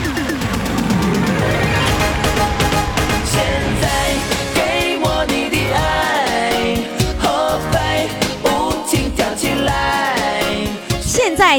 现在给我你的爱，后背不停跳起来。现在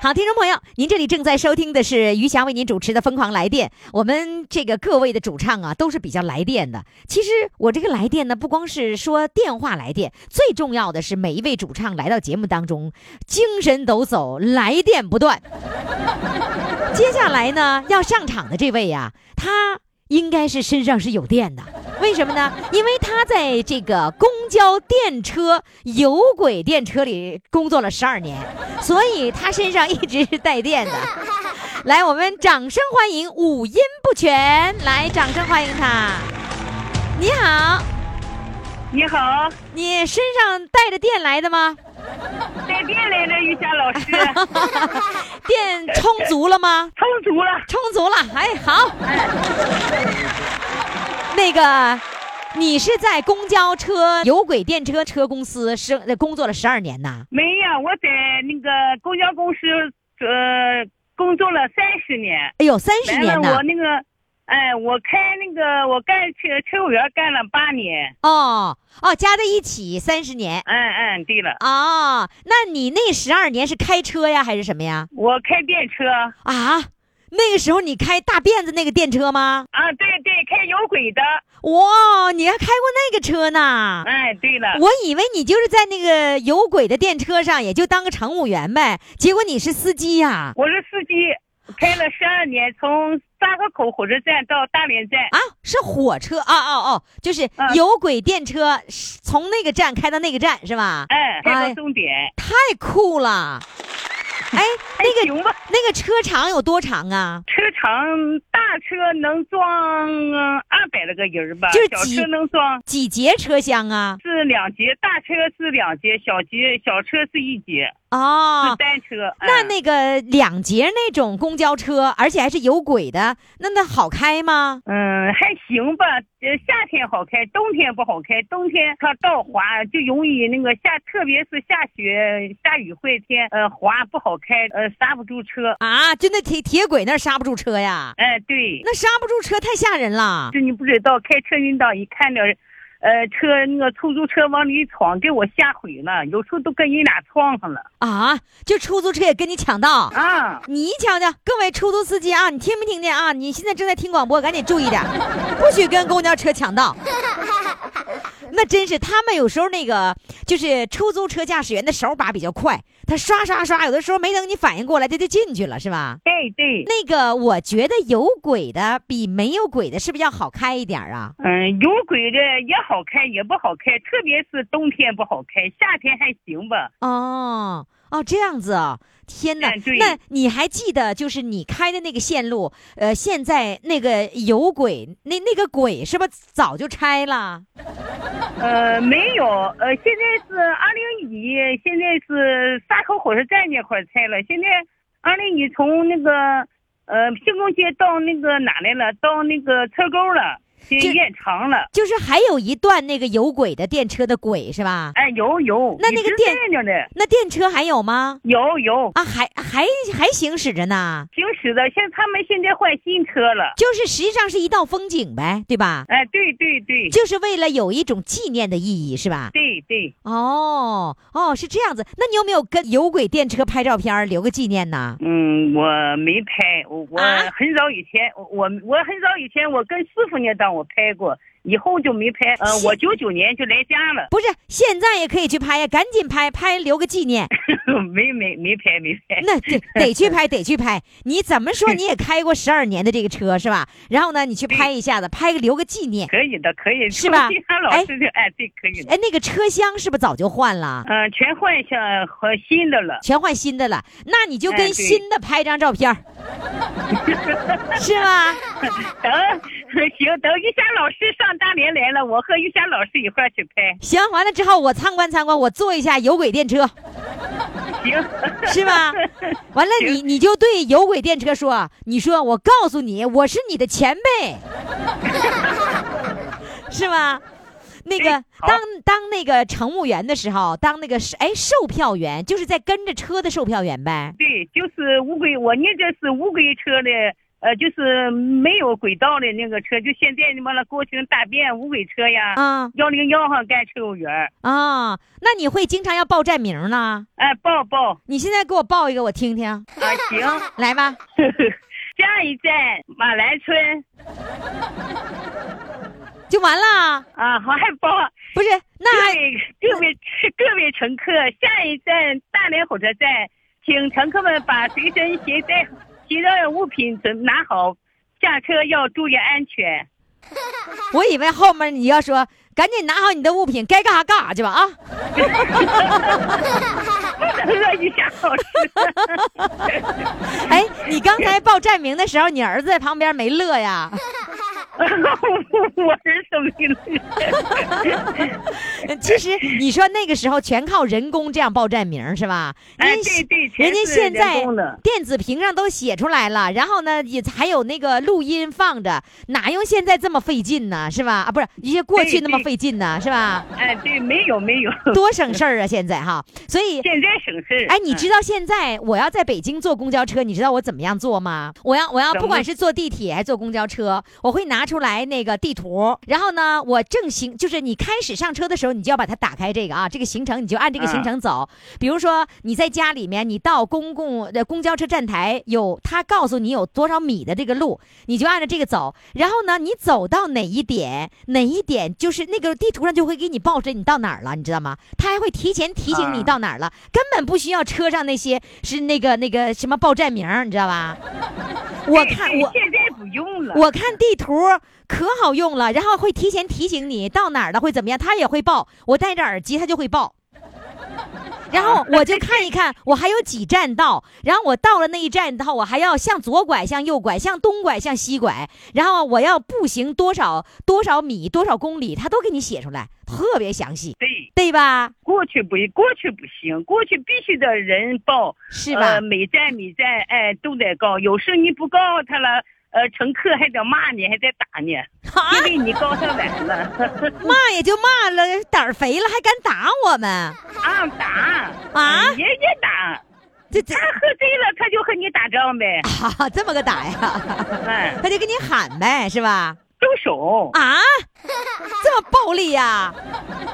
好，听众朋友，您这里正在收听的是于霞为您主持的《疯狂来电》。我们这个各位的主唱啊，都是比较来电的。其实我这个来电呢，不光是说电话来电，最重要的是每一位主唱来到节目当中，精神抖擞，来电不断。接下来呢，要上场的这位呀、他应该是身上是有电的。为什么呢？因为他在这个公交、电车、有轨电车里工作了十二年，所以他身上一直是带电的。来，我们掌声欢迎五音不全，来，掌声欢迎他。你好，你好，你身上带着电来的吗？带电来了，玉霞老师，电充足了吗？充足了。充足了，哎，好。那个，你是在公交车、有轨电车车公司是呃工作了十二年呐？没有，我在那个公交公司呃工作了三十年，哎呦，三十来年了呐我！那个，哎，我开那个我干车车务员干了八年，哦哦，加在一起三十年。嗯嗯，对了，哦，那你那十二年是开车呀，还是什么呀？我开电车啊，那个时候你开大辫子那个电车吗？啊，对对，开有轨的，哇，你还开过那个车呢？哎，对了，我以为你就是在那个有轨的电车上，也就当个乘务员呗，结果你是司机呀、我是司机，开了十二年，从沙河口火车站到大连站，啊，是火车啊哦哦，就是嗯有轨电车，是从那个站开到那个站是吧？哎，开哎到终点，太酷了！哎，还那个行吧。那个车长有多长啊？车长大车能装呃二百来个人儿吧，就是小几车能装几节车厢啊？是两节，大车是两节，小节小车是一节，是哦，单车。那嗯那个两节那种公交车，而且还是有轨的，那那好开吗？嗯还行吧，呃夏天好开，冬天不好开，冬天它道滑就容易那个下，特别是下雪、下雨坏天，呃滑不好开，呃刹不住车。啊，就那铁铁轨那儿刹不住车呀？哎、对，那刹不住车太吓人了。就你不知道开车人道一看着。呃，车那个出租车往里一闯，给我吓毁了，有时候都跟人俩撞上了。啊，就出租车也跟你抢道。啊，你瞧瞧，各位出租司机啊，你听没听见啊？你现在正在听广播，赶紧注意点，不许跟公交车抢道。那真是，他们有时候那个就是出租车驾驶员的手把比较快，他刷刷刷，有的时候没等你反应过来，他就进去了，是吧？对对，那个，我觉得有轨的比没有轨的，是不是要好开一点啊？嗯，有轨的也好开，也不好开，特别是冬天不好开，夏天还行吧。哦哦，这样子啊、天哪哎！对那你还记得就是你开的那个线路，呃，现在那个有轨那那个轨是不是早就拆了？呃，没有，呃，现在是二零一，现在是沙口火车站那块儿拆了，现在二零一从那个呃兴工街到那个哪来了？到那个车沟了，现这在延长了。就是还有一段那个有轨的电车的轨是吧？哎，有有，那那个电着呢，那电车还有吗？有有啊，还还还行驶着呢，行驶的，现在他们现在换新车了。就是实际上是一道风景呗，对吧？哎，对对对就是为了有一种纪念的意义，是吧？对对，哦哦，是这样子。那你有没有跟有轨电车拍照片儿留个纪念呢？嗯，我没拍，我我啊很早以前，我我我很早以前我跟师傅那档我拍过，以后就没拍。呃，是我九九年就来家了。 不是，现在也可以去拍呀，赶紧拍拍留个纪念。没没没拍没拍。那得得去拍，得去拍。你怎么说你也开过十二年的这个车是吧？然后呢，你去拍一下子，拍个留个纪念。可以的，可以。是吧金 山老哎师的，哎，对，可以的。哎，那个车厢是不是早就换了？嗯、全换下和新的了。 全换新的了，那你就哎跟对新的拍张照片 儿是吗？等行，等玉山老师上大连来了，我和玉山老师一块儿去拍。行，完了之后我参观参观，我坐一下有轨电车，行， 是吧？完了你你就对有轨电车说，你说我告诉你，我是你的前辈，是吧？那个哎好当当那个乘务员的时候，当那个是哎售票员，就是在跟着车的售票员呗。对，就是无轨，我那个是无轨车的，呃，就是没有轨道的那个车，就现在你妈了高雄大变无轨车呀，啊幺零幺号干乘务员儿，啊，那你会经常要报站名呢？哎，报 报你现在给我报一个，我听听，啊，行， 来吧。下一站马兰村就完了。啊，好还 报。不是，各那还位各位各位乘客，下一站大连火车站，请乘客们把随身携带携带物品准拿好，下车要注意安全。我以为后面你要说，赶紧拿好你的物品，该干啥干啥去吧啊！乐一下老师， 哎，你刚才报站名的时候，你儿子在旁边没乐 呀？我是什么意其实你说那个时候全靠人工这样报站名是吧？哎人家对对全人家是现在人工的电子屏上都写出来了，然后呢也还有那个录音放着，哪用现在这么费劲呢？是吧？啊，不是一些过去对那么对费劲呢，是吧？哎，对，没有没有，多省事儿啊，现在哈，所以现在省事儿。 哎，你嗯知道现在我要在北京坐公交车，你知道我怎么样坐吗？我要我要怎么不管是坐地铁还是坐公交车，我会拿出来那个地图，然后呢，我正行就是你开始上车的时候，你就要把它打开这个啊，这个行程你就按这个嗯行程走。比如说你在家里面，你到公共呃公交车站台有他告诉你有多少米的这个路，你就按照这个走。然后呢，你走到哪一点，哪一点就是那个地图上就会给你报着你到哪儿了，你知道吗？他还会提前提醒你啊到哪儿了，根本不需要车上那些是那个那个什么报站名儿，你知道吧？ 我对看对我现在不用了。我看地图可好用了，然后会提前提醒你到哪儿了会怎么样，他也会报。我戴着耳机，他就会报。 然后我就看一看，我还有几站到。然后我到了那一站以后，我还要向左拐，向右拐，向东拐，向西拐。然后我要步行多少多少米，多少公里，他都给你写出来，特别详细，对，对吧？过去不过去不行，过去必须得人报。 是吧？呃、每站每站，哎，都得告。有时你不告他了，呃，乘客还得骂你，还得打你， 啊因为你告他晚了。 骂也就骂了，胆儿肥了还敢打我们？啊，打嗯啊爷爷打。这这 他喝醉了，他就和你打仗呗，啊，这么个打呀？嗯，他就给你喊呗，是吧？动手啊， 这么暴力呀、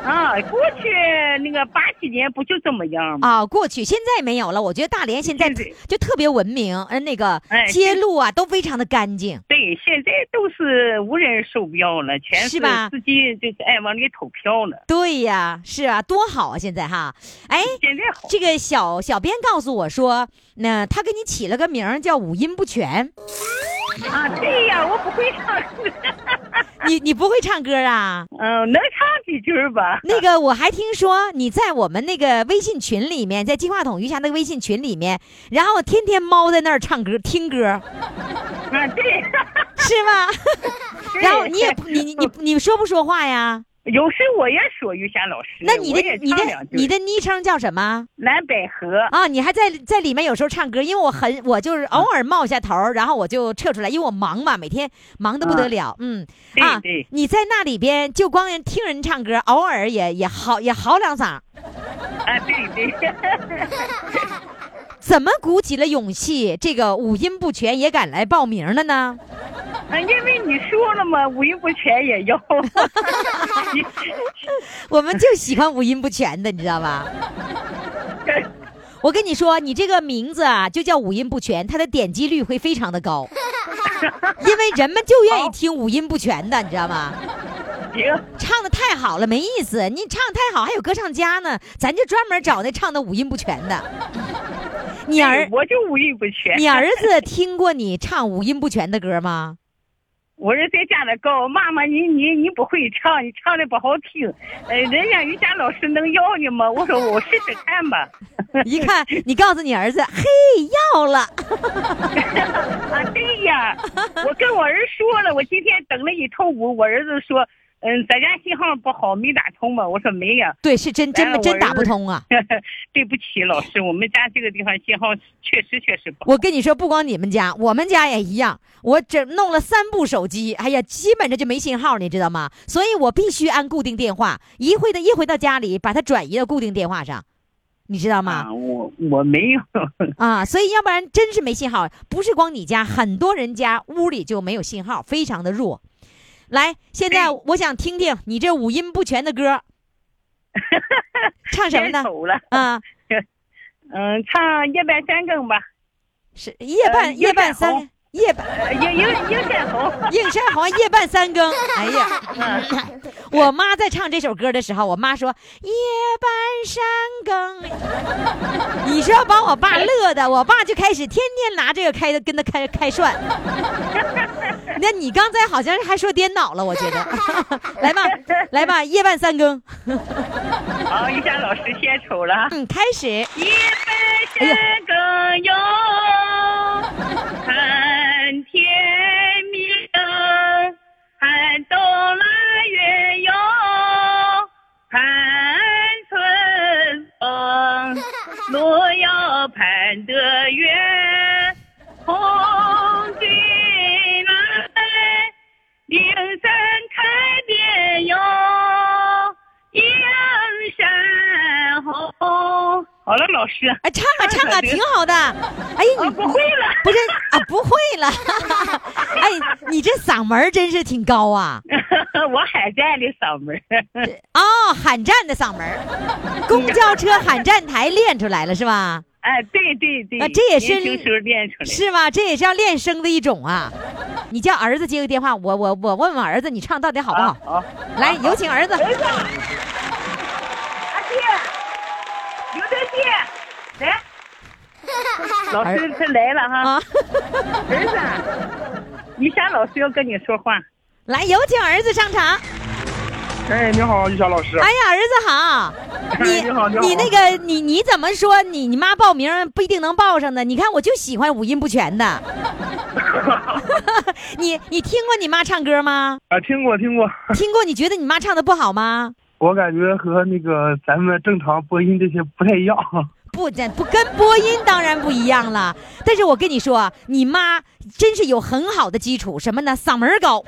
啊！过去那个八几年不就这么样吗？啊？过去现在没有了，我觉得大连现在对对就特别文明，嗯，那个哎街路啊都非常的干净。对，现在都是无人售票了，全是吧司机就是爱往里投票了。对呀，是啊，多好啊！现在哈，哎，现在好，这个小小编告诉我说，那他给你起了个名儿叫五音不全，啊，对呀，我不会唱， 你你不会唱歌啊？嗯，能唱几句儿吧？那个我还听说你在我们那个微信群里面，在金话筒余霞那个微信群里面，然后天天猫在那儿唱歌听歌，啊，对。是吗？ 然后你也 不你你你你说不说话呀？有时我也说于霞老师，那你我的也你唱的两句你的昵称叫什么蓝百合，啊？你还在在里面有时候唱歌，因为我很我就是偶尔冒一下头儿，然后我就撤出来，因为我忙嘛，每天忙得不得了，嗯对啊对，你在那里边就光听人唱歌，偶尔也也嚎也嚎两嗓，啊，对对， 怎么鼓起了勇气，这个五音不全也敢来报名了呢？啊，因为你说了嘛，五音不全也 要， 我们就喜欢五音不全的，你知道吧？我跟你说，你这个名字啊，就叫五音不全，它的点击率会非 常的高，因为人们就愿意听五音不全的，你知道吗？行，唱的太好了，没意思。你唱得太好，还有歌唱家呢，咱就专门找那唱的五音不全的。你 儿，我就五音不全。你儿子听过你唱五音不全的歌 吗？我是在家里告我妈妈，你你你不会唱，你唱的不好听，呃，人家瑜伽老师能要你吗？我说我试试看吧。一看，你告诉你儿子，嘿，要了。啊，对呀，我跟我儿说了，我今天等了一头五，我儿子说，嗯，咱家信号不好，没打通吧？我说没哎呀，对，是真完了真真我打儿不子通啊！对不起老师，我们家这个地方信号确实确 实不好。我跟你说，不光你们家，我们家也一样。我整弄了三部手机，哎呀，基本上就没信号，你知道吗？所以我必须按固定电话，一回到一回到家里，把它转移到固定电话上，你知道吗？啊，我我没有，啊，所以要不然真是没信号，不是光你家，很多人家屋里就没有信号，非常的弱。来，现在我想听听你这五音不全的 歌，唱什么太呢？丑了。啊，嗯，唱夜半三更吧，是夜半、呃夜应该半三红夜半呃应应应该好。映山红，夜半三更。哎 呀，我妈在唱这首歌的时候，我妈说夜半三更，你知道把我爸乐的，我爸就开始天天拿这个开跟他开开涮。那你刚才好像是还说颠倒了，我觉得。来吧，来吧，夜半三更，好，瑜伽老师献丑了啊。嗯，开始。一杯深更哟，看天明，看东来月哟，看春风，路遥盼得远，红军来。岭山看遍哟，映山红。好了，老师，哎，唱啊唱啊，挺好的。哎呀，你我不会了。不是啊，不会了。 哎，你这嗓门儿真是挺高啊。 我海战的嗓门儿，哦，喊站的嗓门 儿，公交车喊站台练出来了是吧？哎，对对对，啊这也是年轻时候练出来的。是吧？这也是要练声的一种啊。你叫儿子接个电话，我我我问问儿子，你唱到底好不啊好？好，来，有请儿子。哎阿弟，刘德弟，来，老师他来了哈，啊， 儿子，一下老师要跟你说话。来，有请儿子上场。哎，你好，玉霞老师。哎呀，儿子 好。你哎你好你好你那个你你怎么说你你妈报名不一定能报上呢？你看我就喜欢五音不全的。你你听过你妈唱歌吗？ 啊，听过听过，听过？你觉得你妈唱的不好吗？我感觉和那个咱们正常播音这些不太一样。 不，这不跟播音当然不一样了。但是我跟你说，你妈真是有很好的基础，什么呢？嗓门儿高，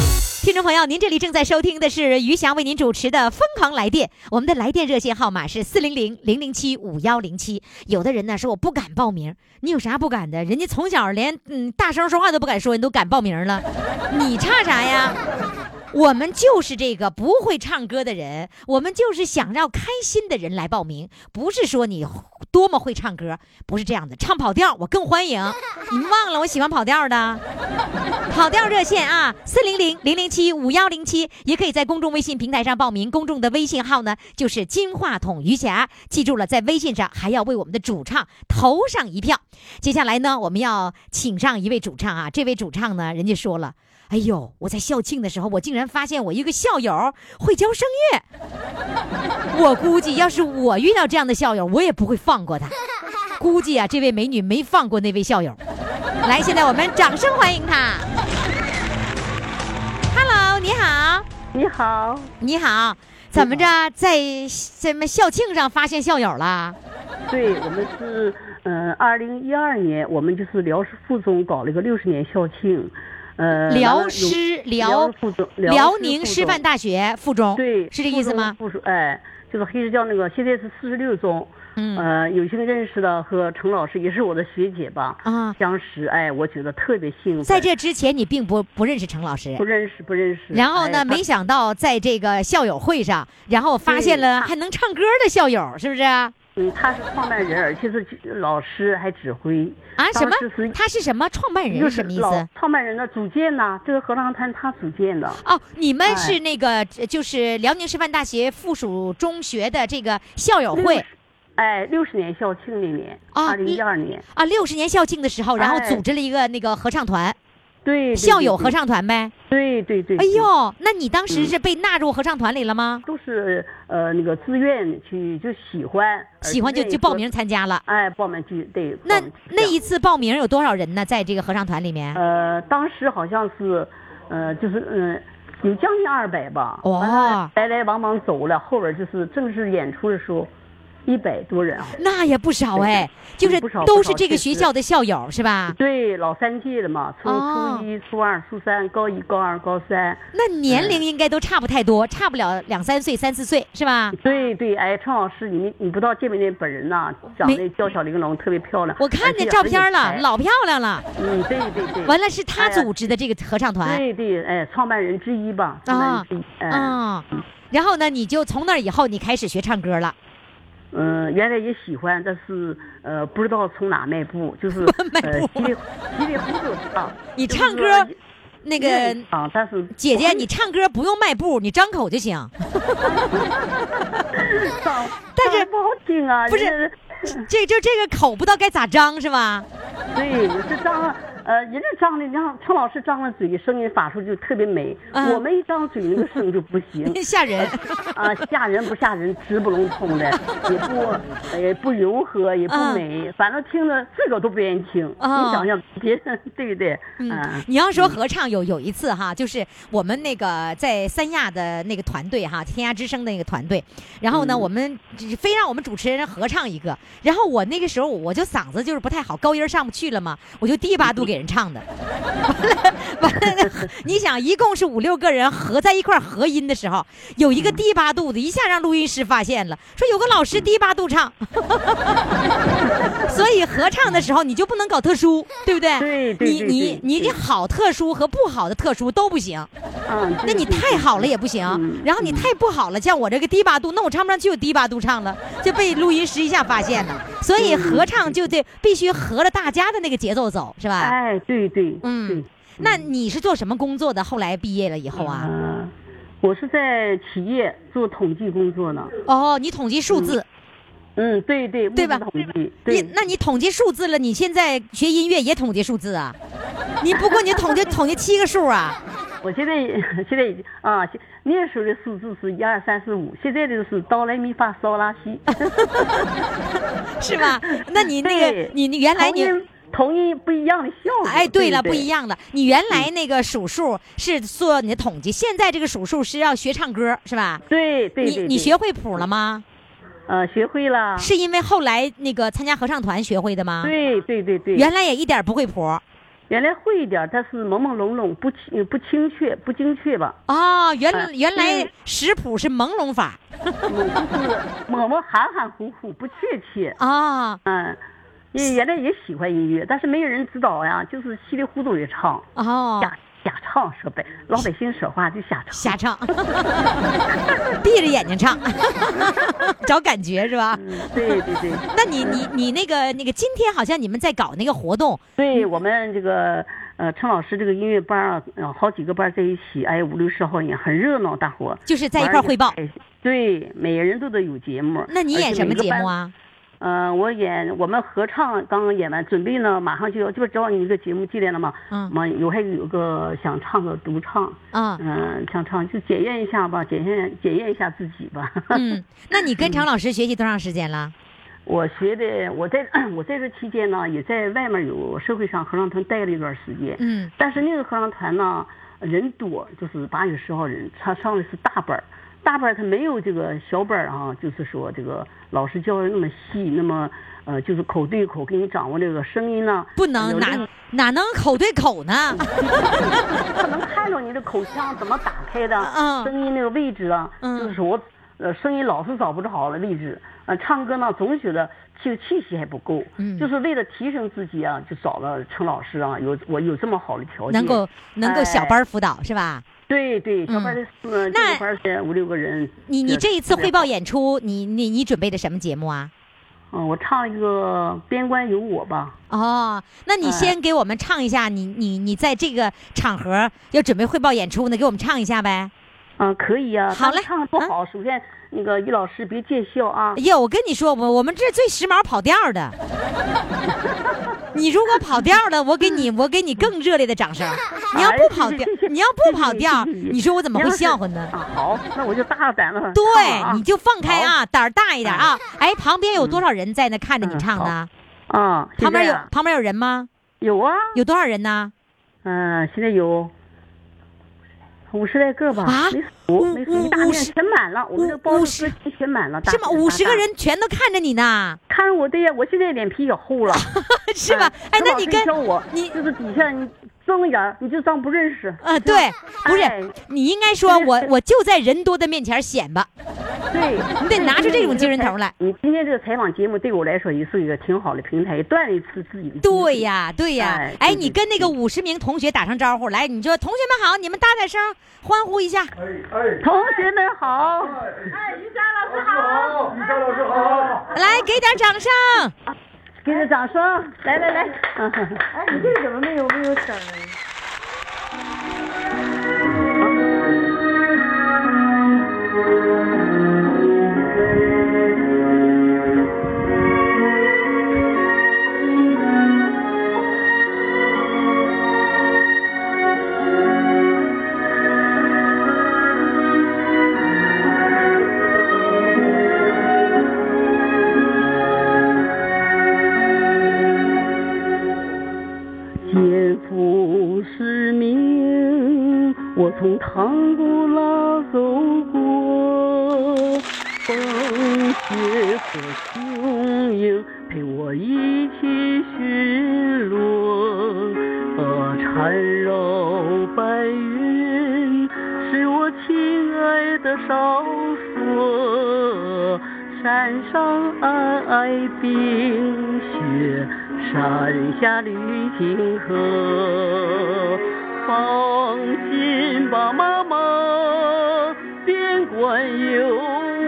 听众朋友，您这里正在收听的是于翔为您主持的《疯狂来电》，我们的来电热线号码是四零零零零七五幺零七。有的人呢说我不敢报名，你有啥不敢的？人家从小连嗯大声说话都不敢说，你都敢报名了，你差啥呀？我们就是这个不会唱歌的人，我们就是想让开心的人来报名，不是说你多么会唱歌，不是这样的。唱跑调我更欢迎，你们忘了我喜欢跑调的。跑调热线啊，四零零零零七五幺零七，也可以在公众微信平台上报名。公众的微信号呢，就是金话筒余霞。记住了，在微信上还要为我们的主唱投上一票。接下来呢，我们要请上一位主唱啊，这位主唱呢，人家说了。哎呦！我在校庆的时候，我竟然发现我一个校友会教声乐。 我估计要是我遇到这样的校友，我也不会放过他。估计啊，这位美女没放过那位校友。来，现在我们掌声欢迎她。Hello，你好，你好，你好，怎么着，在什么校庆上发现校友了？对我们是嗯，二零一二年我们就是辽师附中搞了一个六十年校庆，呃，完辽了师有辽师附中辽宁师范大大学附中，对是这意思吗？附中附属哎，就是黑石教那个现在是四十六中，嗯呃，有幸认识的和程老师也是我的学姐吧，啊相识哎，我觉得特别幸福。在这之前，你并不不认识程老师不，认识不认识，然后呢，哎没想到在这个校友会上，然后发现了还能唱歌的校友，是不是啊？嗯，他是创办人，而且是老师还指挥啊什么当时是？他是什么创办就人？啊是什么意老思？创办人的组建呐、这个荷塘滩他组建的。哦，你们哎是那个就是辽宁师范大学附属中学的这个校友会60哎，六十年校庆那年，啊二零一二年，啊，六十年校庆的时候，然后哎组织了一个那个合唱团，对，对校友合，唱团呗。对对对对，哎对，嗯哎呦，那你当时是被纳入合唱团里了吗？都是呃那个自愿去就喜欢，喜欢就而且愿意就说报名，参加了。哎，报名去对，那报名去那一次报名有多少人呢？在这个合唱团里面？呃，当时好像是，呃，就是嗯、有将近二百吧，哇完了来来往往走了，后边就是正式演出的时候，一百多人啊，那也不少哎，对就是不少都不是少这个确学实嗯校的校友是吧？对，老三届了嘛，从哦初一、初二、初三、高一、高二、高三，那年龄应该都差不太多，差不了两三岁、三四岁是吧？对对，哎，陈老师，你你不知道见没见本人呐、长没得娇小玲珑，特别漂亮。我看见而且照片了，很有才老漂亮了。哎嗯，对对对。完了是他哎呀组织的这个合唱团对对，哎，创办人之一哦吧，创办人之一，哎，啊、然后呢，你就从那以后你开始学唱歌了，嗯，原来也喜欢，但是呃，不知道从哪迈步，就是迈呃，步稀里稀里糊涂唱。你就是唱歌说那愿个意。唱，但是姐姐，不会你唱歌不用迈步，你张口就行。唱，但是唱不好听啊，不是人家这就这个口不知道该咋张是吧？ 对，你是张了，呃，人家张的，你看陈老师张了嘴，声音发出就特别美。嗯我们一张嘴，那个声就不 行吓人。啊，吓人不吓人，直不隆咚的，也不呃也不柔和，也不嗯美，反正听着自个儿都不愿意听。哦你想想别人对不对？啊嗯，你要说合唱有有一次哈，就是我们那个在三亚的那个团队哈，天涯之声的那个团队，然后呢，我们就是非让我们主持人合唱一个，然后我那个时候我就嗓子就是不太好，高音儿上不去了嘛，我就低八度给人唱的， 完了完了，你想一共是五六个人合在一块儿合音的时候，有嗯一个低八度的，一下让录音师发现了，说有个老师低八度 唱，所以合唱的时候你就不能搞特殊，对不对？嗯对对对你你对你这对好特殊和不好的特殊都不行，嗯，那对你对太好了也不行，嗯然后你太不好了，像我这个低八度，那我唱不上去有低八度唱了，就被录音师一下发现了。所嗯以合唱就得必须合着大家的那个节奏走，是吧？哎，对对，嗯对，那你是做什么工作的？后来毕业了以后啊？嗯，我是在企业做统计工作呢。哦，你统计数字，嗯，对对，对吧物质统计，你对，那你统计数字了，你现在学音乐也统计数字 啊？你不过你统计统计七个数啊？我现在 现在已经啊，现那时候的数字是一二三四五，现在的是哆来咪发嗦拉西。是吧？ 那 你那个对你你原来你同音同音不一样的效果。哎，对了，不一样。样了。你原来嗯那个数数是做你的统计，现在这个数数是要学唱歌，是吧？对对对你对你学会谱了吗？呃学会了。是因为后来那个参加合唱团学会的吗？对对对对，原来也一点不会谱原来会一点，但是朦朦胧胧，不清不清确，不精确吧？哦，原嗯原来嗯识谱是朦胧法我就是模模含含糊糊，不确切。啊嗯，因为原来也喜欢音乐，但是没有人指导呀，就是稀里糊涂的唱，哦瞎瞎唱说白，老百姓说话就瞎唱。瞎唱，闭着眼睛唱， 找感觉是吧？嗯，对对对。 那你你你那个那个，今天好像你们在搞那个活动，对我们这个呃陈老师这个音乐班啊，呃好几个班在一起，哎，五六十号人，很热闹，大伙儿就是在一块儿汇报。哎对，每人都得有节目。那你演什么节目？啊？呃，我演我们合唱刚刚演完，准备呢，马上就要，这不找你一个节目进来了吗？嗯嘛，有还有个想唱个独唱，啊嗯、想唱就检验一下吧，检验检验一下自己吧。 嗯，那你跟常老师学习多长时间了？我学的，我在 我在这期间呢，也在外面有社会上合唱团待了一段时间。嗯但是那个合唱团呢，人多，就是八九十号人，他上的是大班儿，大班儿他没有这个小班儿啊，就是说这个老师教的那么细，那么呃，就是口对口给你掌握这个声音呢，不能有哪这个哪能口对口呢？他能看着你的口腔怎么打开的，嗯声音那个位置啊，嗯就是说，呃，声音老是找不着好的位置，呃，唱歌呢总觉得这个气息还不够，嗯就是为了提升自己啊，就找了陈老师啊，有我有这么好的条件，能够能够小哎班儿辅导是吧？对对，小班嗯的四这那个班儿才五六个人。你你是这一次特别汇报演出，你你你准备的什么节目啊？嗯，我唱一个《边关有我》吧。哦，那你哎先给我们唱一下，你你你在这个场合要准备汇报演出呢，给我们唱一下呗。嗯，可以呀、好但是嘞嗯唱的不好，首先那个于老师别见笑啊哎。呀，我跟你说，我我们这最时髦跑调儿的，你如果跑调儿了，我给你嗯我给你更热烈的掌声。你要哎不跑谢谢调谢谢，你要不跑调儿，谢谢谢谢你说我怎么会要是笑话呢？啊，好，那我就大胆的。对，啊你就放开啊，胆儿大一点啊。哎，旁边有多少人在那看着你嗯唱呢？啊，现旁边在有啊旁边有人吗？有啊，有多少人呢？嗯，现在有五十来个吧，啊没数五没数，五一大面五十全满了，我们这包五子十歌集全满了，大是吗？大五十个大人全都看着你呢，看着我对呀，我现在脸皮也厚了。是吧？哎，陈那老你师跟教我，你就是底下你睁眼儿，你就当不认识。呃，就 对，不哎是，你应该说就是我我就在人多的面前显吧。对， 你得拿出这种精神头来你今天这个采访节目对我来说也是一个挺好的平台，也锻炼一次自己的。对。呀，对呀哎，哎，对你对跟那个五十名同学打声招呼，来，你说同学们好，你们搭点声，欢呼一下。同学们好，来，给点掌声。给点掌声！来来来，嗯 姐夫是命，我从唐古拉走过，风雪和雄鹰陪我一起巡逻，呃，缠绕白云是我亲爱的少妇。山上皑皑冰雪，山下绿汀河。放心吧，妈妈，边关有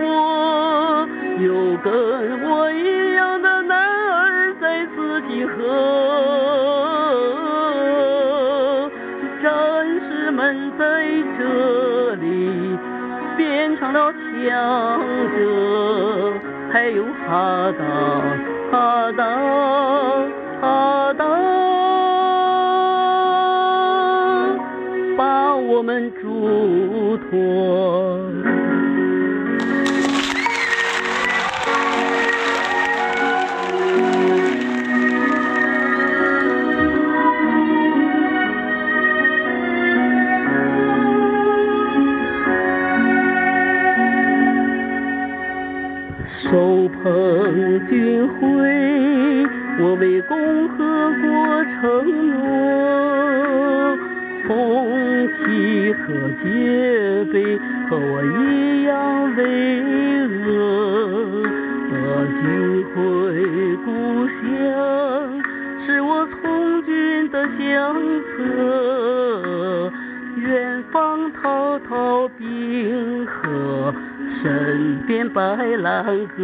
我，有跟我一样的男儿在自己河。战士们在这里变成了强者，还有哈达哈达哈达，把我们嘱托。手捧军徽，我为共和国承诺。红旗和界碑和我一样巍峨，那军徽故乡是我从军的相册。风偷偷冰河，身边白兰鸽。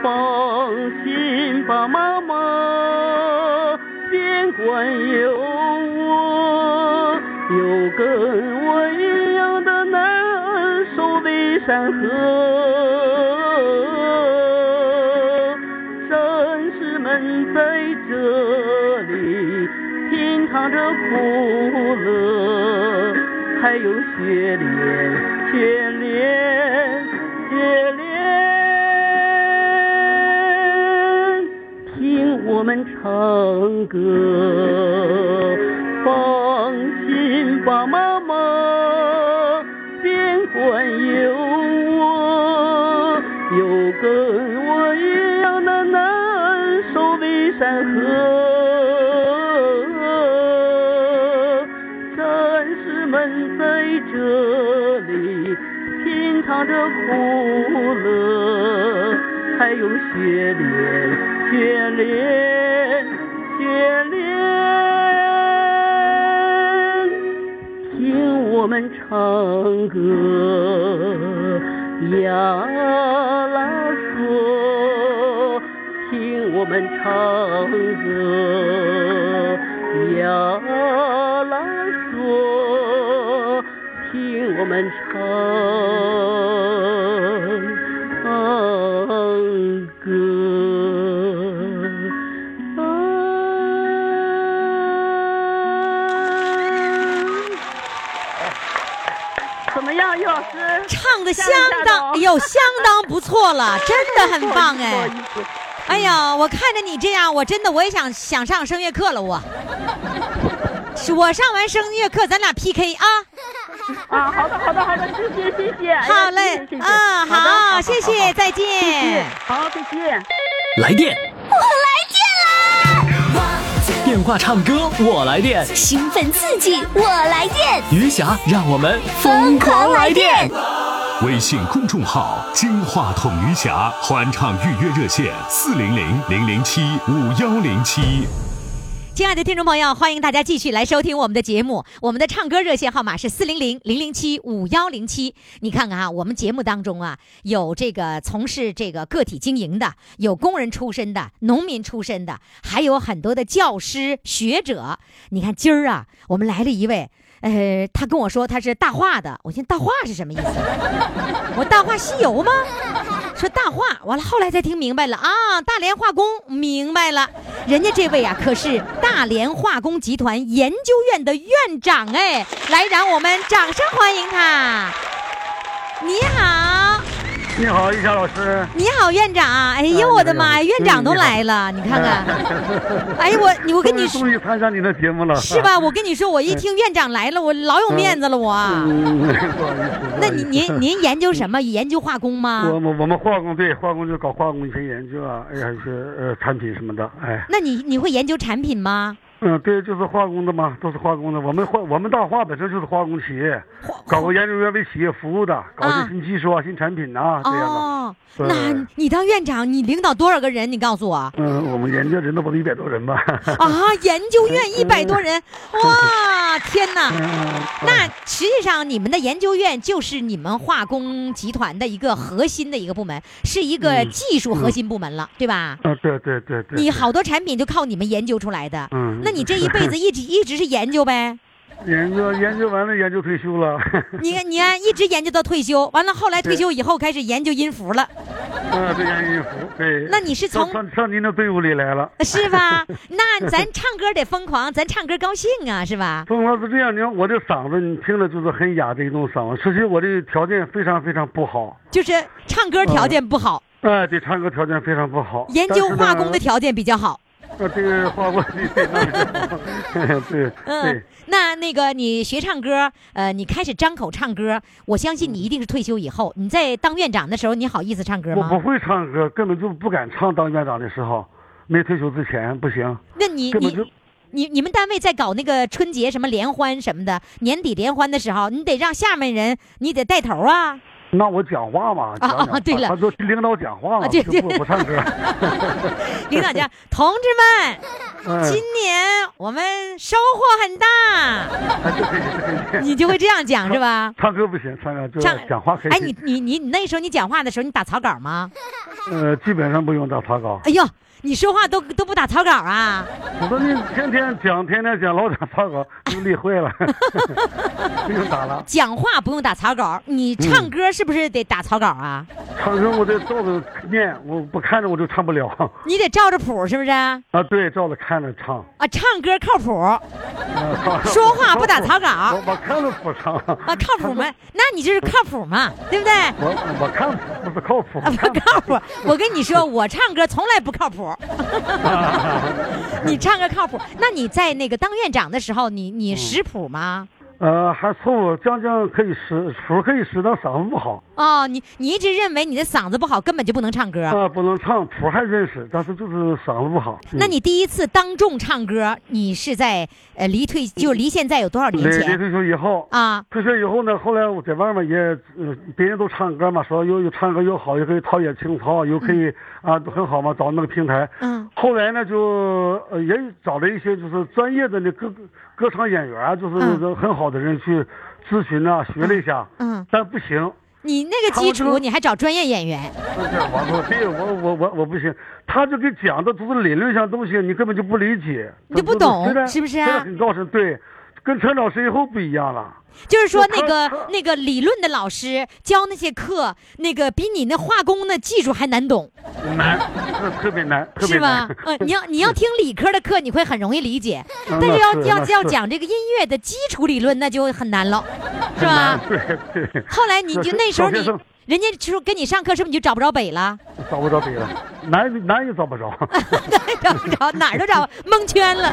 放心吧，妈妈，边关有我，有跟我一样的难受的山河。战士们在这里品尝着苦乐，还有血莲，血莲，血莲，听我们唱歌。放心吧，妈妈，边关有我，有跟我一样的难受的山河。战士们在这里品尝着苦乐，还有血莲，血莲，血莲。听我们唱歌呀啦嗦，听我们唱歌呀啦嗦，听我们唱歌。嗯怎么样，于老师？唱的相吓到当，哎呦，相当不错了，真的很 棒不好哎意！思，哎呀，我看着你这样，我真的我也想想上声乐课了，我。是我上完声乐课，咱俩 PK 啊！啊，好的，好的，好的，谢谢，谢谢，哎呀好嘞谢谢谢谢啊的好好谢谢好再见谢谢好，再见。来电，电话唱歌我来电，兴奋刺激，我来电，余霞让我们疯狂来电！微信公众号“金话筒余霞”欢唱预约热线：四零零零零七五幺零七。亲爱的听众朋友，欢迎大家继续来收听我们的节目。我们的唱歌热线号码是四零零零零七五幺零七。你看看啊，我们节目当中啊，有这个从事这个个体经营的，有工人出身的，农民出身的，还有很多的教师学者。你看今儿啊，我们来了一位。呃，他跟我说他是大话的，我寻思大话是什么意思？ 我大话西游吗？说大话，完了后来才听明白了啊，大连化工明白了，人家这位啊可是大连化工集团研究院的院长哎，来让我们掌声欢迎他。你好，你好，玉霞老师。你好，院长！哎啊你呦，好嗯我的妈呀，院长都来了，你看看， 哎呀，我你我跟你终说于终于参加你的节目了，是？吧？我跟你说，我一听院长来了，我老有面子了，我。嗯，不好意思。那您您您研究什么？研究化工我吗？们我们化工队，化工就搞化工一些研究啊，哎呀，一些呃产品什么的，哎，那你你会研究产品吗？嗯，对，就是化工的嘛，都是化工的。我们化我们大化本身就是化工企业，搞个研究员为企业服务的，搞啊些新技术啊、新产品呐、这样的。哦，对那你当院长，你领导多少个人？你告诉我 啊！嗯，我们研究人都不到一百多 人吧？研究院一百多人，哇，天 哪！嗯，那实际上，你们的研究院就是你们化工集团的一个核心的一个部门，是一嗯个技术核心部门了，对吧？啊，对对对对。你好多产品就靠你们研究出来的，嗯那你这一辈子一直一直是研究呗？研究研究完了，研究退休了。 你看，你看，一直研究到退休，完了后来退对休以后开始研究音符了，啊，对，研究音符，对。那你是从上上您的队伍里来了？是吧？那咱唱歌得疯狂，咱唱歌高兴啊，是吧？凤凰是这样，你看我这嗓子，你听着就是很哑的一种嗓子。实际我这条件非常非常不好，就是唱歌条件不好，哎，对，唱歌条件非常不好。研究化工的但条件比较好。是呢，啊，这个化工 的非常不好对嗯对，，那那个你学唱歌，呃，你开始张口唱歌，我相信你一定是退休以后，你在当院长的时候，你好意思唱歌我不吗？会唱歌，根本就不敢唱。当院长的时候，没退休之前不行，那你根本你就你你们单位在搞那个春 节什么联欢什么的，年底联欢的时候，你得让下面人，你得带头啊。那我讲话嘛，啊讲讲啊对了他说领导讲话嘛，啊对就对不 不唱歌。领导讲，同志们，嗯，今年我们收获很大，哎对对对对 你就会这样讲是吧？唱歌不行，唱呃歌就唱讲话可以。哎，你你你你那时候你讲话的时候，你打草稿吗？呃，基本上不用打草稿。哎呦，你说话都都不打草稿啊？我说你天天讲，天天讲，老打草稿，就累坏了， 不用打了。讲话不用打草稿，你嗯唱歌是不是得打草稿啊？唱歌我得照着念，我不看着我就唱不了你得照着谱是不是？啊，啊。对，照着看着唱。唱歌靠谱，啊唱说话不打草稿我我看着不唱。啊啊靠谱吗？那你就是靠谱嘛，对不对？我我看不不靠谱。啊，不看靠谱！我跟你说，我唱歌从来不靠谱。 你唱歌靠谱？那你在那个当院长的时候，你嗯你识谱吗？呃，还凑合，将将可以使，谱可以使，但嗓子不好哦，你你一直认为你的嗓子不好，根本就不能唱歌。啊、不能唱，谱还认识，但是就是嗓子不好。嗯那你第一次当众唱歌，你是在呃离退就离现在有多少年离离前退休以后啊？退休以后呢，后来我在外面也，呃，别人都唱歌嘛，说又有唱歌又好，又可以陶冶情操，又可以、啊，都很好嘛，找那个平台。嗯后来呢，就呃也找了一些就是专业的那歌歌唱演员啊，就是那个很好的人去咨询啊，学了一下，嗯，但不行。你那个基础，你还找专业演员？不是，我说这我我我我不行，他这给讲的都是理论上东西，你根本就不理解，你都不懂虽然是不是啊虽然很高深，对，跟陈老师以后不一样了。就是说，那他个 他那个理论的老师教那些课，那个比你那化工的技术还难懂。难，特特别难，特别是吧难。？嗯，你 要你要听理科的课，你会很容易理解，嗯但是要那是要那是要讲这个音乐的基础理论，那就很难了，是吧？ 对对，后来你那就是 那时候小你学生人家就跟你上课，是不是你就找不着北了？找不着别的，难难也找不着， 找不着哪儿都找蒙圈了，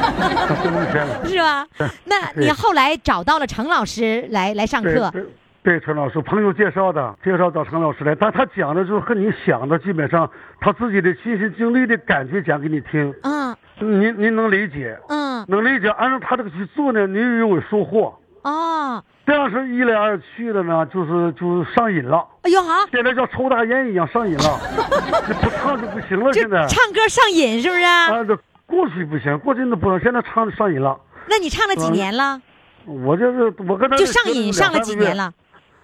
真蒙圈了。是吧？那对你后来找到了程老师来来上对课，对对，陈老师朋友介绍的，介绍到陈老师来，但他讲的就是和你想的基本上，他自己的亲身经历的感觉讲给你听，嗯您您能理解，嗯能理解，按照他这个去做呢，您也有收获。哦，这样是一来二去的呢，就是就上瘾了，哎呦好，现在像抽大烟一样上瘾了， 你不唱就不行了，这现在。唱歌上瘾是不是？ 啊，这过去不行，过去那不能，现在唱的上瘾了。那你唱了几嗯年了？我这是我跟他就是上学瘾两上了三几个月年了？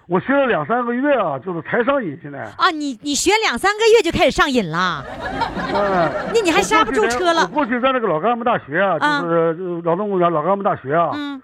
我学了两三个月啊，就是才上瘾。现在，啊，你你学两三个月就开始上瘾了？嗯，那你 还刹不住车了我过去在那个老干部大学啊，啊就是就是劳动公园老干部大学啊，嗯。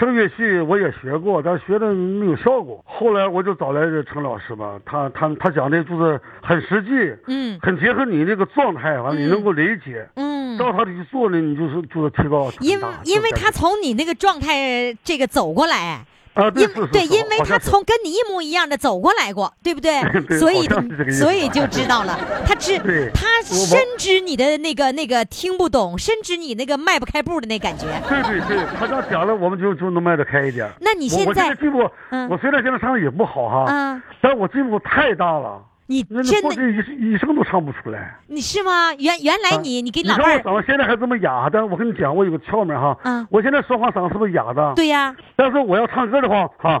声乐系我也学过，但学的没有效果。后来我就找来这陈老师嘛，他他他讲的就是很实际，嗯很结合你这个状态，完了你能够理解，嗯，照他的去做呢，你就是就是提高很大。因因为就是他从你那个状态这个走过来，啊，对因 是是对，是因为他好像是从跟你一模一样的走过来过，对不对 对？所以好像是这个意思所以就知 道了，他知对他我我深知你的那个那个听不懂，深知你那个迈不开步的那感觉。对对对，他这样讲了，我们就就能迈得开一点。那你我现我现在在进步，嗯我虽然现在唱的也不好哈，啊，但我进步太大了。你那真过的去一一声都唱不出来。你是吗？原原来啊你你跟你老看伴我儿嗓子现在还这么哑，但是我跟你讲，我有个窍门哈。嗯我现在说话嗓子是不是哑的？。对呀，但是我要唱歌的话，哈，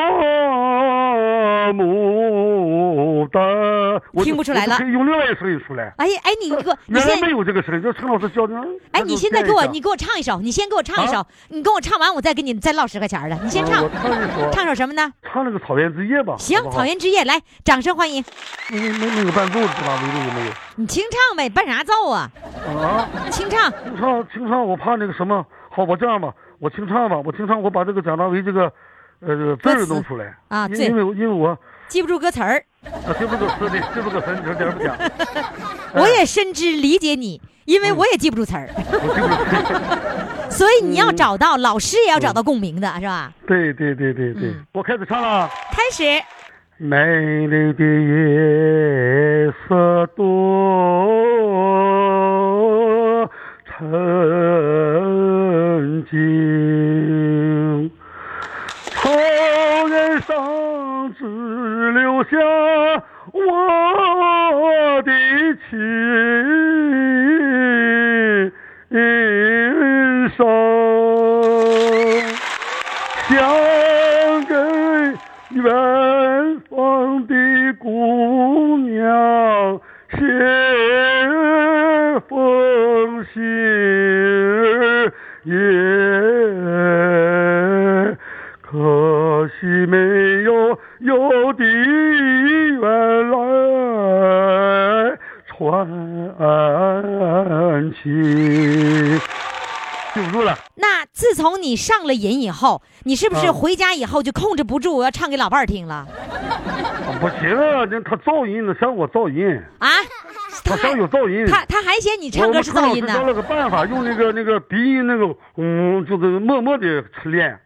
哦，牡丹，我就听不出来了我就可以用另外一个声音出来。哎哎，你给我你 原来现没有这个声音，就陈老师教的。哎，那你就现在变给一我，下你给我唱一首，你先给我唱一啊首，你给我唱完，我再给你再唠十块钱儿的。你先嗯唱我，唱一首，唱首什么呢？唱那个《草原之夜》吧。行好，不好草原之夜，来，掌声欢迎。没没没有伴奏是吧？没有没有。你清唱呗，伴啥奏啊？啊，清唱，清唱清唱，我怕那个什么。好，我这样吧，我清唱吧，我清唱，我把这个蒋大为这个，呃，字歌儿词弄出来啊因对因为我因为我记不住歌词儿，啊，这不个词的，这不个词，你说点不点？我嗯也深知理解你，因为我也记不住词儿，我记不住。 所以你嗯要找到老师也要找到共鸣的，是吧？对对对对对，嗯我开始唱了啊。开始，美丽的夜色多沉静，草原上只留下我的琴声。想给你远方的姑娘写风信也，可惜没有有的缘来传情。记不住了。那自从你上了瘾以后，你是不是啊回家以后就控制不住我要唱给老伴儿听了不行啊，这他噪音呢，上我噪音，啊？ 他上有噪音。他他还嫌你唱我歌们是康老噪师音呢教？了个办法，用那个那个鼻音那个嗯，就是默默的练，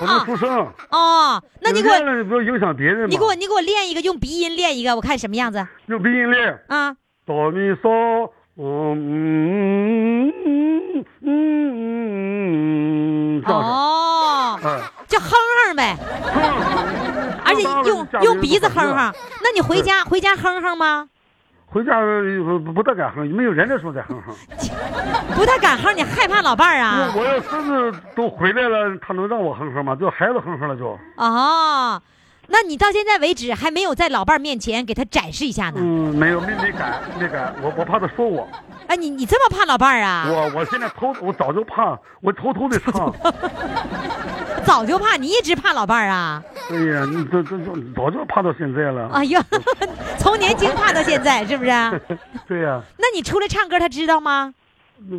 不能出声。哦，那你给练我，了，不要影响别人嘛。你给我，你给我练一个，用鼻音练一个，我看什么样子用鼻音练，啊？哆咪嗦，嗯嗯嗯嗯，这样式儿。哦，哎，就哼哼呗，而且当然用下用面鼻子就跑哼调哼。那你回嗯家回家哼哼吗？回家呃不不大敢哼，没有人的时候再哼哼。不太敢哼，你害怕老伴儿啊？我要孙子都回来了，他能让我哼哼吗？就孩子哼哼了就。哦，那你到现在为止还没有在老伴儿面前给他展示一下呢？嗯，没有，没没敢，没敢，我我怕他说我，哎，你你这么怕老伴儿啊？ 我我现在偷，我早就怕，我偷偷 的唱。早就怕，你一直怕老伴儿啊？哎呀，你这这这早就怕到现在了。哎呀， 从年轻怕到现在，是不是？对呀、那你出来唱歌，他知道吗？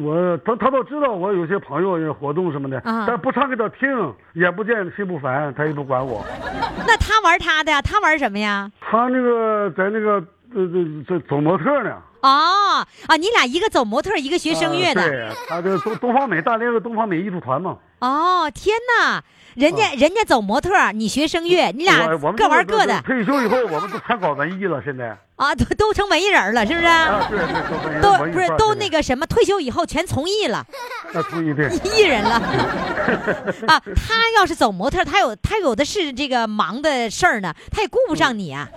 我他他倒知道我有些朋友活动什么的，啊但不唱给他听，也不见心不烦，他也不管我。那他玩他的，他玩什么呀？他那个在那个这这这走模特呢，哦啊，你俩一个走模特，一个学声乐啊的。对，他这东东方美大连的东方美艺术团嘛，哦，天哪！人家、人家走模特，你学声乐，你俩啊我我哎们各玩各的退休以后，我们都全搞文艺了，现在啊，都都成文艺人了，是不是？啊，对对，都文艺都文艺不是范儿都现在那个什么，退休以后全从艺了， 啊，注意对，艺人了 啊！他要是走模特，他有他有的是这个忙的事儿呢，他也顾不上你嗯啊。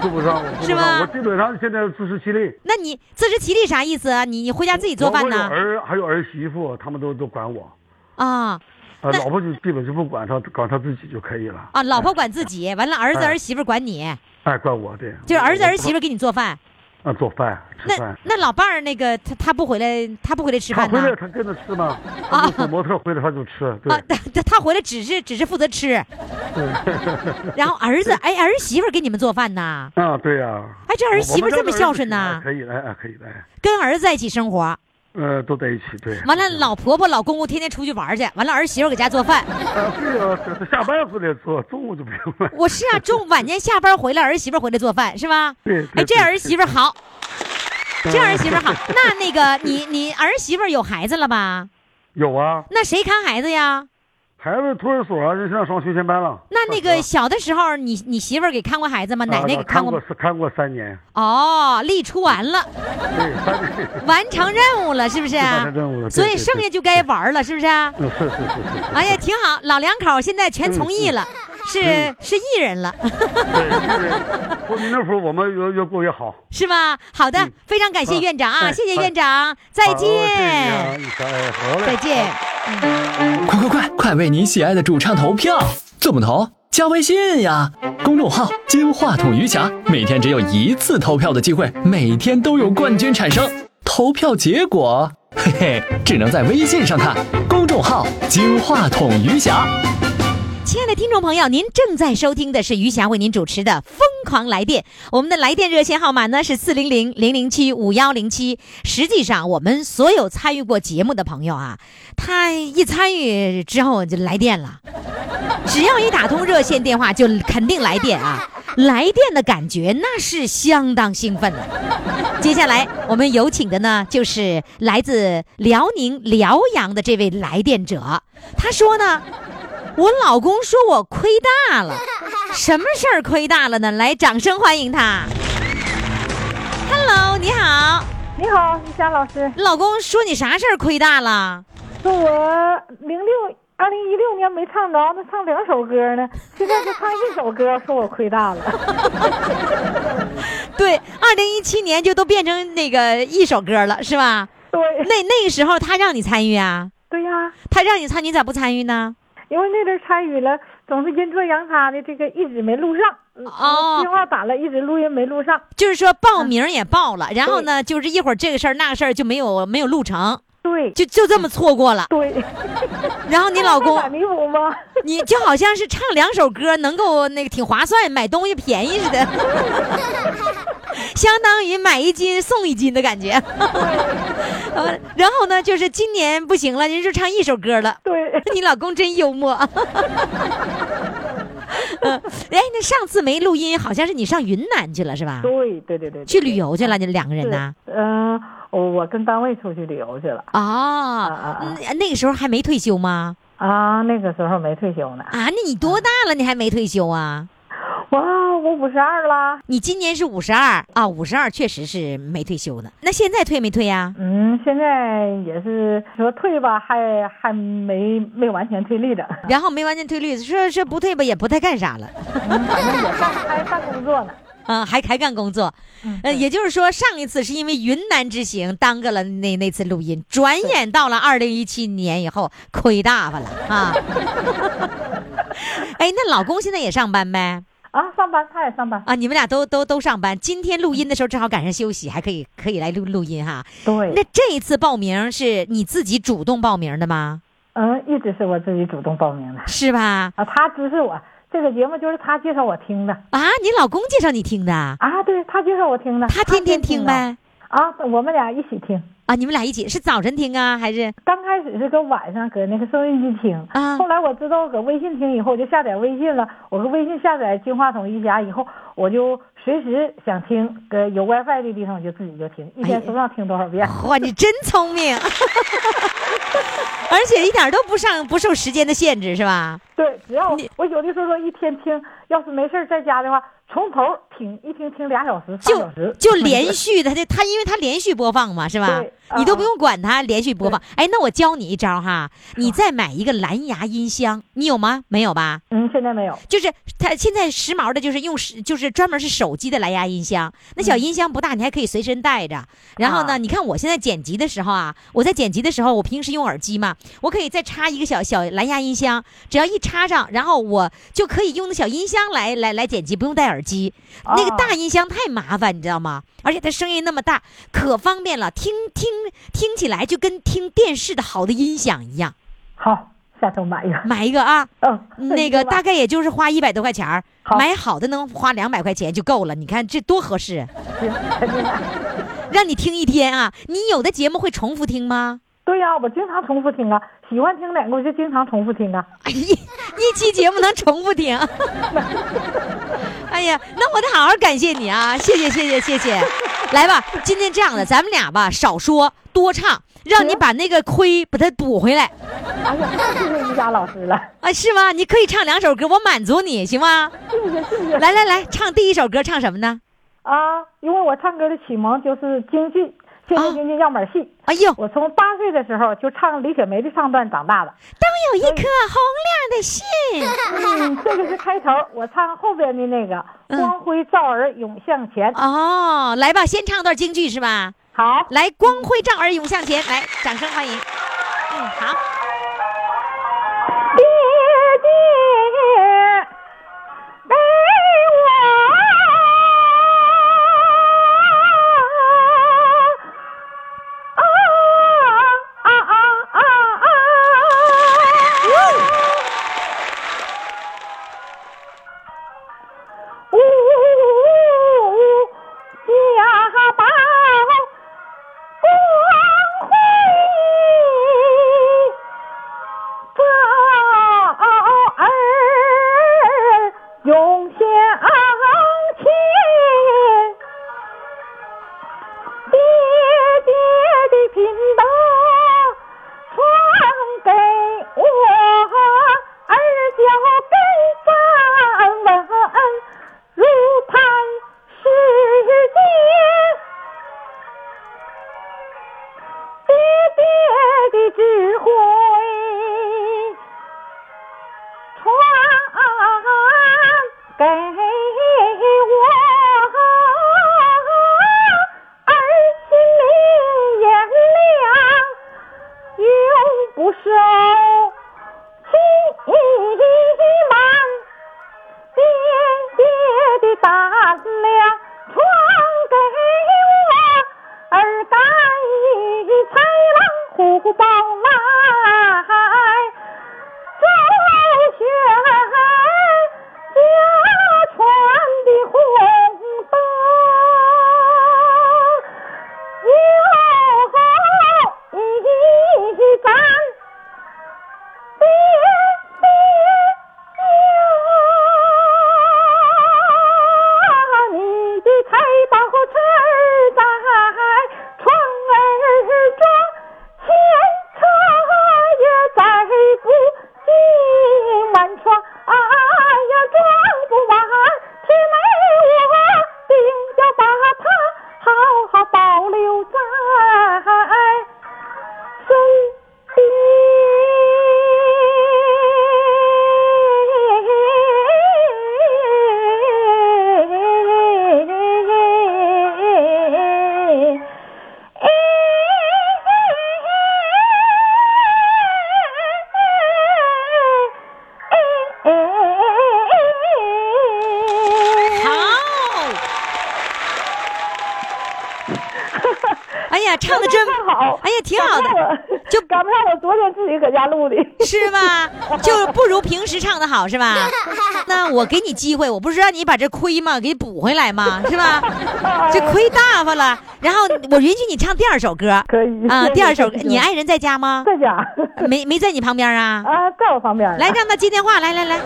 顾不上，我顾是不吗上，我基本上现在自食其力。那你自食其力啥意思啊？你你回家自己做饭我有呢？儿还有儿媳妇，他们都都管我，啊呃，那老婆就基本就不管她，管她自己就可以了。啊！老婆管自己，完了儿子哎儿媳妇管你，哎，管我对，就是儿子儿媳妇妇给你做饭。啊做饭吃那饭，那老伴儿那个他他不回来，他不回来吃他饭回呢来？他跟着 吃嘛，他就走模特回来他就吃，对啊，他他他回来只是只是负责吃，然后儿子哎儿媳妇儿给你们做饭呢。 啊对呀。哎，这我儿媳妇我儿们这么家的孝儿子顺呐哎，可以的，哎可以的，哎跟儿子在一起生活，呃都在一起对。嗯完了老婆婆老公公天天出去玩去，完了儿媳妇儿搁家做 饭。啊对呀，这这下班回来做，中午就不用了。我是啊，中晚年下班回来，儿媳妇儿回来做饭是吧？对哎，对这对儿媳妇儿好，这儿媳妇儿好。那那个你你儿媳妇儿有孩子了吧？ 有啊，那谁看孩子呀？孩子托儿所啊，人上上学前班了。那那个小的时候，你你媳妇儿给看过孩子吗？奶奶啊给看过吗？是看过 三年，哦，立出完了，对三年。 完成任务了，是不是啊？完成任务了对所以对剩下就该玩了，是不是啊？嗯，是是是是是。 哎呀，挺好，老两口现在全从艺嗯了，是是艺人了， 对，不，那会儿我们越越过越好。是吧？好的，非常感谢嗯好院长啊，哎谢谢好院长，再好谢谢啊见，你看哎好嘞，再见。快快快，快为你喜爱的主唱投票！怎么投？加微信呀，公众号“金话筒余霞”，每天只有一次投票的机会，每天都有冠军产生。投票结果，嘿嘿，只能在微信上看。公众号“金话筒余霞”。亲爱的听众朋友，您正在收听的是余霞为您主持的《疯狂来电》，我们的来电热线号码呢是四零零零零七五幺零七。实际上，我们所有参与过节目的朋友啊，他一参与之后就来电了，只要一打通热线电话就肯定来电啊，来电的感觉那是相当兴奋的。接下来我们有请的呢，就是来自辽宁辽阳的这位来电者，他说呢。我老公说我亏大了，什么事儿亏大了呢？来，掌声欢迎他。Hello，你好，你好，于霞老师，老公说你啥事儿亏大了？说我零六二零一六年没唱着，那唱两首歌 呢，现在就唱一首歌，说我亏大了。 对，二零一七年就都变成那个一首歌了，是吧？对那那个时候他让你参与啊，对呀、他让你参与，你咋不参与呢？因为那阵儿参与了，总是阴错阳差的，这个一直没录上。嗯哦电话打了，一直录音没录上。就是说报名也报了，然后呢，就是一会儿这个事儿那个事儿就没有没有录成，对，就就这么错过了。对，然 后你老 公那咋弥补吗？你就好像是唱两首歌，能够那个挺划算，买东西便宜似的，相当于买一斤送一斤的感觉。呃然后呢，就是今年不行了，人就唱一首歌了。对，你老公真幽默。 嗯，哎，那上次没录音，好像是你上云南去了是吧？对，对，对，对，去旅游去了，你两个人呢？对？嗯、我我跟单位出去旅游去了哦啊，啊嗯那个时候还没退休吗？啊，那个时候没退休呢。啊，那你多大了？你还没退休啊？哇，我五十二啦。你今年是五十二啊，五十二确实是没退休呢。那现在退没退呀、嗯，现在也是说退吧，还还没没完全退 力的，然后没完全退率，说说不退吧，也不太干啥 了，还干工作呢。啊，还还干工作。嗯呃，也就是说，上一次是因为云南之行耽搁了那那次录音，转眼到了二零一七年以后，亏大发了 啊。哎，那老公现在也上班呗？啊，上班他也上班。啊，你们俩都都都上班。今天录音的时候正好赶上休息，还可以可以来录录音哈。对，那这一次报名是你自己主动报名的吗？嗯，一直是我自己主动报名的是吧？啊，他支持我。这个节目就是他介绍我听的啊，你老公介绍你听的啊，啊，对他介绍我听的，他天天听的呗？啊，我们俩一起听。啊，你们俩一起是早晨听啊，还 是刚开始是搁晚上搁那个收音机听，啊后来我知道搁微信听以后，我就下载微信了。我搁微信下载金话筒一家以后，我就随时想听，搁有 WiFi 的地方我就自己就听，哎一天说不上听多少遍。哇，你真聪明， 而且一点都不上不受时间的限制是吧？对，只要你我有的时候说一天听，要是没事儿在家的话，从头听一听听俩小时、三就小时，就连续的，他就他因为他连续播放嘛是吧对？啊你都不用管他连续播放。哎，那我教你一招哈，你再买一个蓝牙音箱，你有吗？没有吧？嗯，现在没有就是它现在时髦的，就是用是就是专门是手机的蓝牙音箱，那小音箱不大，你还可以随身带着。然后呢，嗯啊你看我现在剪辑的时候啊，我在剪辑的时候，我平时用耳机嘛，我可以再插一个小小蓝牙音箱，只要一插上，然后我就可以用那小音箱来来来剪辑，不用戴耳机。那个啊大音箱太麻烦，你知道吗？而且它声音那么大，可方便了，听听听起来就跟听电视的好的音响一样。好，下周买一个。买一个啊， 嗯，那个大概也就是花一百多块钱儿，好买好的能花两百块钱就够了。你看这多合适，啊让你听一天啊！你有的节目会重复听吗？对呀、我经常重复听啊，喜欢听哪个我就经常重复听啊。哎一一期节目能重复听？ 哎呀，那我得好好感谢你啊！谢谢谢谢谢谢，来吧，今天这样的，咱们俩吧，少说多唱，让你把那个亏把它补回来哎呀，谢谢瑜伽老师了。啊，是吗？你可以唱两首歌，我满足你行吗？谢谢谢谢来来来，唱第一首歌，唱什么呢？啊！因为我唱歌的启蒙就是京剧，现啊代京剧样板戏。哎呦，我从八岁的时候就唱李雪梅的唱段长大的，都有一颗红亮的心。嗯，这个是开头，我唱后边的那个“嗯光辉照儿涌向前哦，来吧，先唱段京剧是吧？”。好，来，光辉照儿涌向前，来，掌声欢迎。嗯，好。爹爹为我啊啊啊啊啊！呜呜家宝光辉照儿哎涌向前，爹爹的频道传给我儿叫跟站稳，如磐石坚。爹爹的智慧传给我，儿心明眼亮，永不受其哎呀，唱的真太好哎呀，挺好赶不上的，我 就赶不上我昨天自己搁家录的。是吧？就不如平时唱的好，是吧？那我给你机会，我不是让你把这亏嘛给补回来吗？是吧？这亏大发了，然后我允许你唱第二首歌，可以啊，第二首歌可以，可以你爱人在家吗？在家没没在你旁边啊？啊，在我旁边。来，，让他接电话，来来来。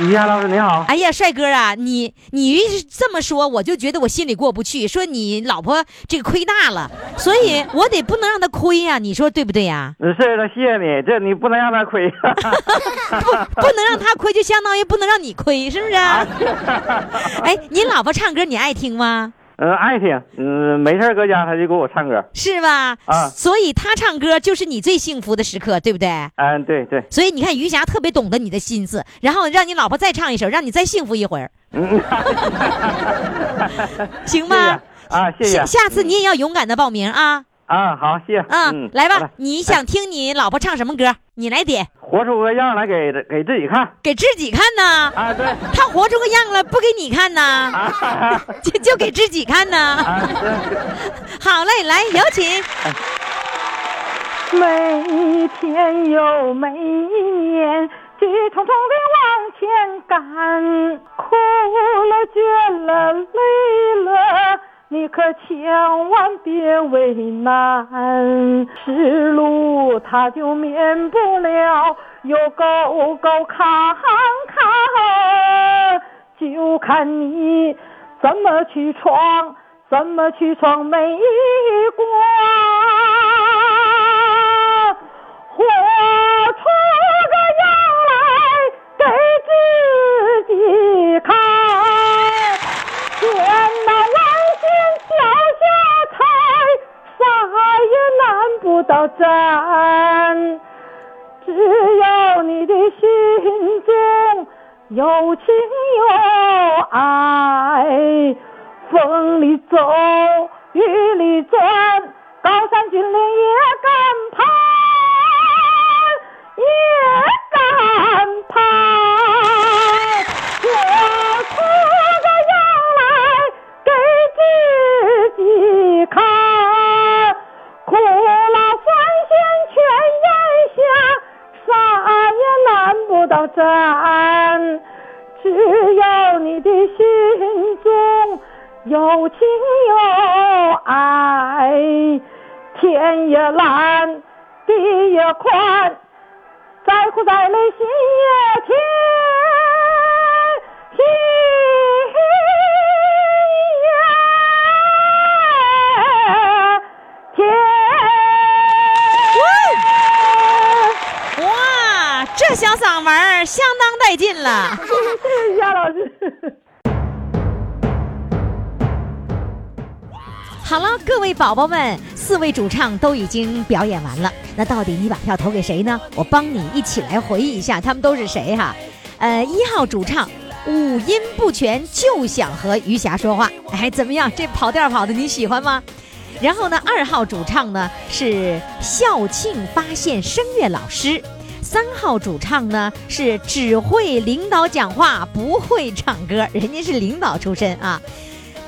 于霞嗯老师您好，哎呀，帅哥啊，你你一这么说，我就觉得我心里过不去，说你老婆这个亏大了，所以我得不能让她亏呀、你说对不对呀、嗯是的，谢谢你，这你不能让他亏。 不不能让她亏，就相当于不能让你亏，是不是、啊？哎，你老婆唱歌你爱听吗？ 嗯，爱听，嗯，没事儿搁家他就给我唱歌。是吧？啊所以她唱歌就是你最幸福的时刻，对不对？嗯，对对，所以你看余霞特别懂得你的心思，然后让你老婆再唱一首，让你再幸福一会儿， 行谢吗谢？啊，谢谢下下次你也要勇敢的报名啊！啊，好，谢谢。啊，嗯，来好吧嘞，你想听你老婆唱什么歌？你来点，活出个样来给给自己看给自己看呐。啊，对她活出个样了，不给你看呐，啊就就给自己看呐。啊，对。 好嘞，来，有请。每天又每一年，急匆匆地往前赶，哭了倦了累了，你可千万别为难。是路它就免不了有沟沟坎坎，就看你怎么去闯，怎么去闯每一关。活出个样来给自己看，天哪，万箭脚下踩，啥也难不倒咱。只要你的心中有情有爱，风里走，雨里转，高山峻岭也敢攀，也敢攀，活出个样来给自己看，苦辣酸咸全咽下，啥也难不倒咱。只要你的心中有情有爱，天也蓝，地也宽，再苦再累心也甜。心也甜哇，这小嗓门儿相当带劲了。谢谢夏老师。好了，各位宝宝们，四位主唱都已经表演完了，那到底你把票投给谁呢？我帮你一起来回忆一下，他们都是谁哈？呃，一号主唱五音不全就想和余霞说话，哎，怎么样？这跑调跑的你喜欢吗？然后呢，二号主唱呢是校庆发现声乐老师。三号主唱呢是只会领导讲话，不会唱歌，人家是领导出身啊。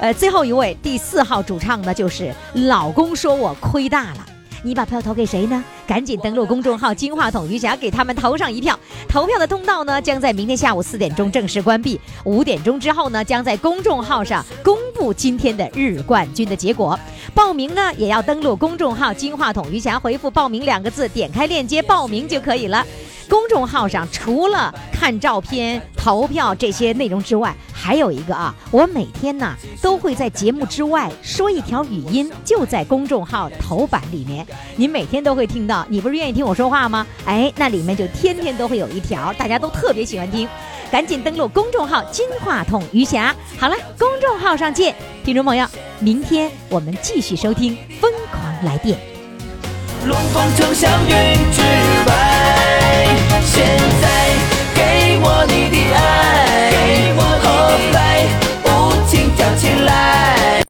呃，最后一位第四号主唱呢，就是老公说我亏大了。你把票投给谁呢？赶紧登录公众号“金话筒余霞”，给他们投上一票。投票的通道呢，将在明天下午四点钟正式关闭。五点钟之后呢，将在公众号上公布今天的日冠军的结果。报名呢，也要登录公众号“金话筒余霞”，回复“报名”两个字，点开链接报名就可以了。公众号上除了看照片、投票这些内容之外，还有一个啊，我每天呢都会在节目之外说一条语音，就在公众号头版里面，您每天都会听到。你不是愿意听我说话吗？哎，那里面就天天都会有一条，大家都特别喜欢听。赶紧登录公众号“金话筒余霞”。好了，公众号上见，听众朋友，明天我们继续收听《疯狂来电》。龙凤呈祥云之外，现